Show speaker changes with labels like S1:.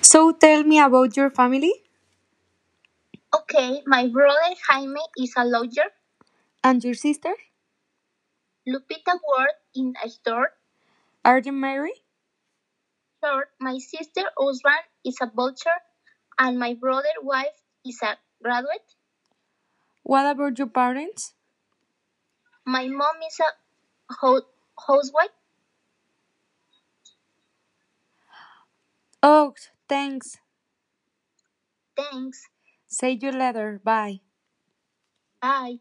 S1: So tell me about your family.
S2: Okay, my brother Jaime is a lawyer.
S1: And your sister?
S2: Lupita works in a store.
S1: Are they married?
S2: Sure, my sister husband is a butcher, and my brother wife is a graduate.
S1: What about your parents?
S2: My mom is a ho- housewife.
S1: Oh, thanks.
S2: Thanks.
S1: Say you later. Bye.
S2: Bye.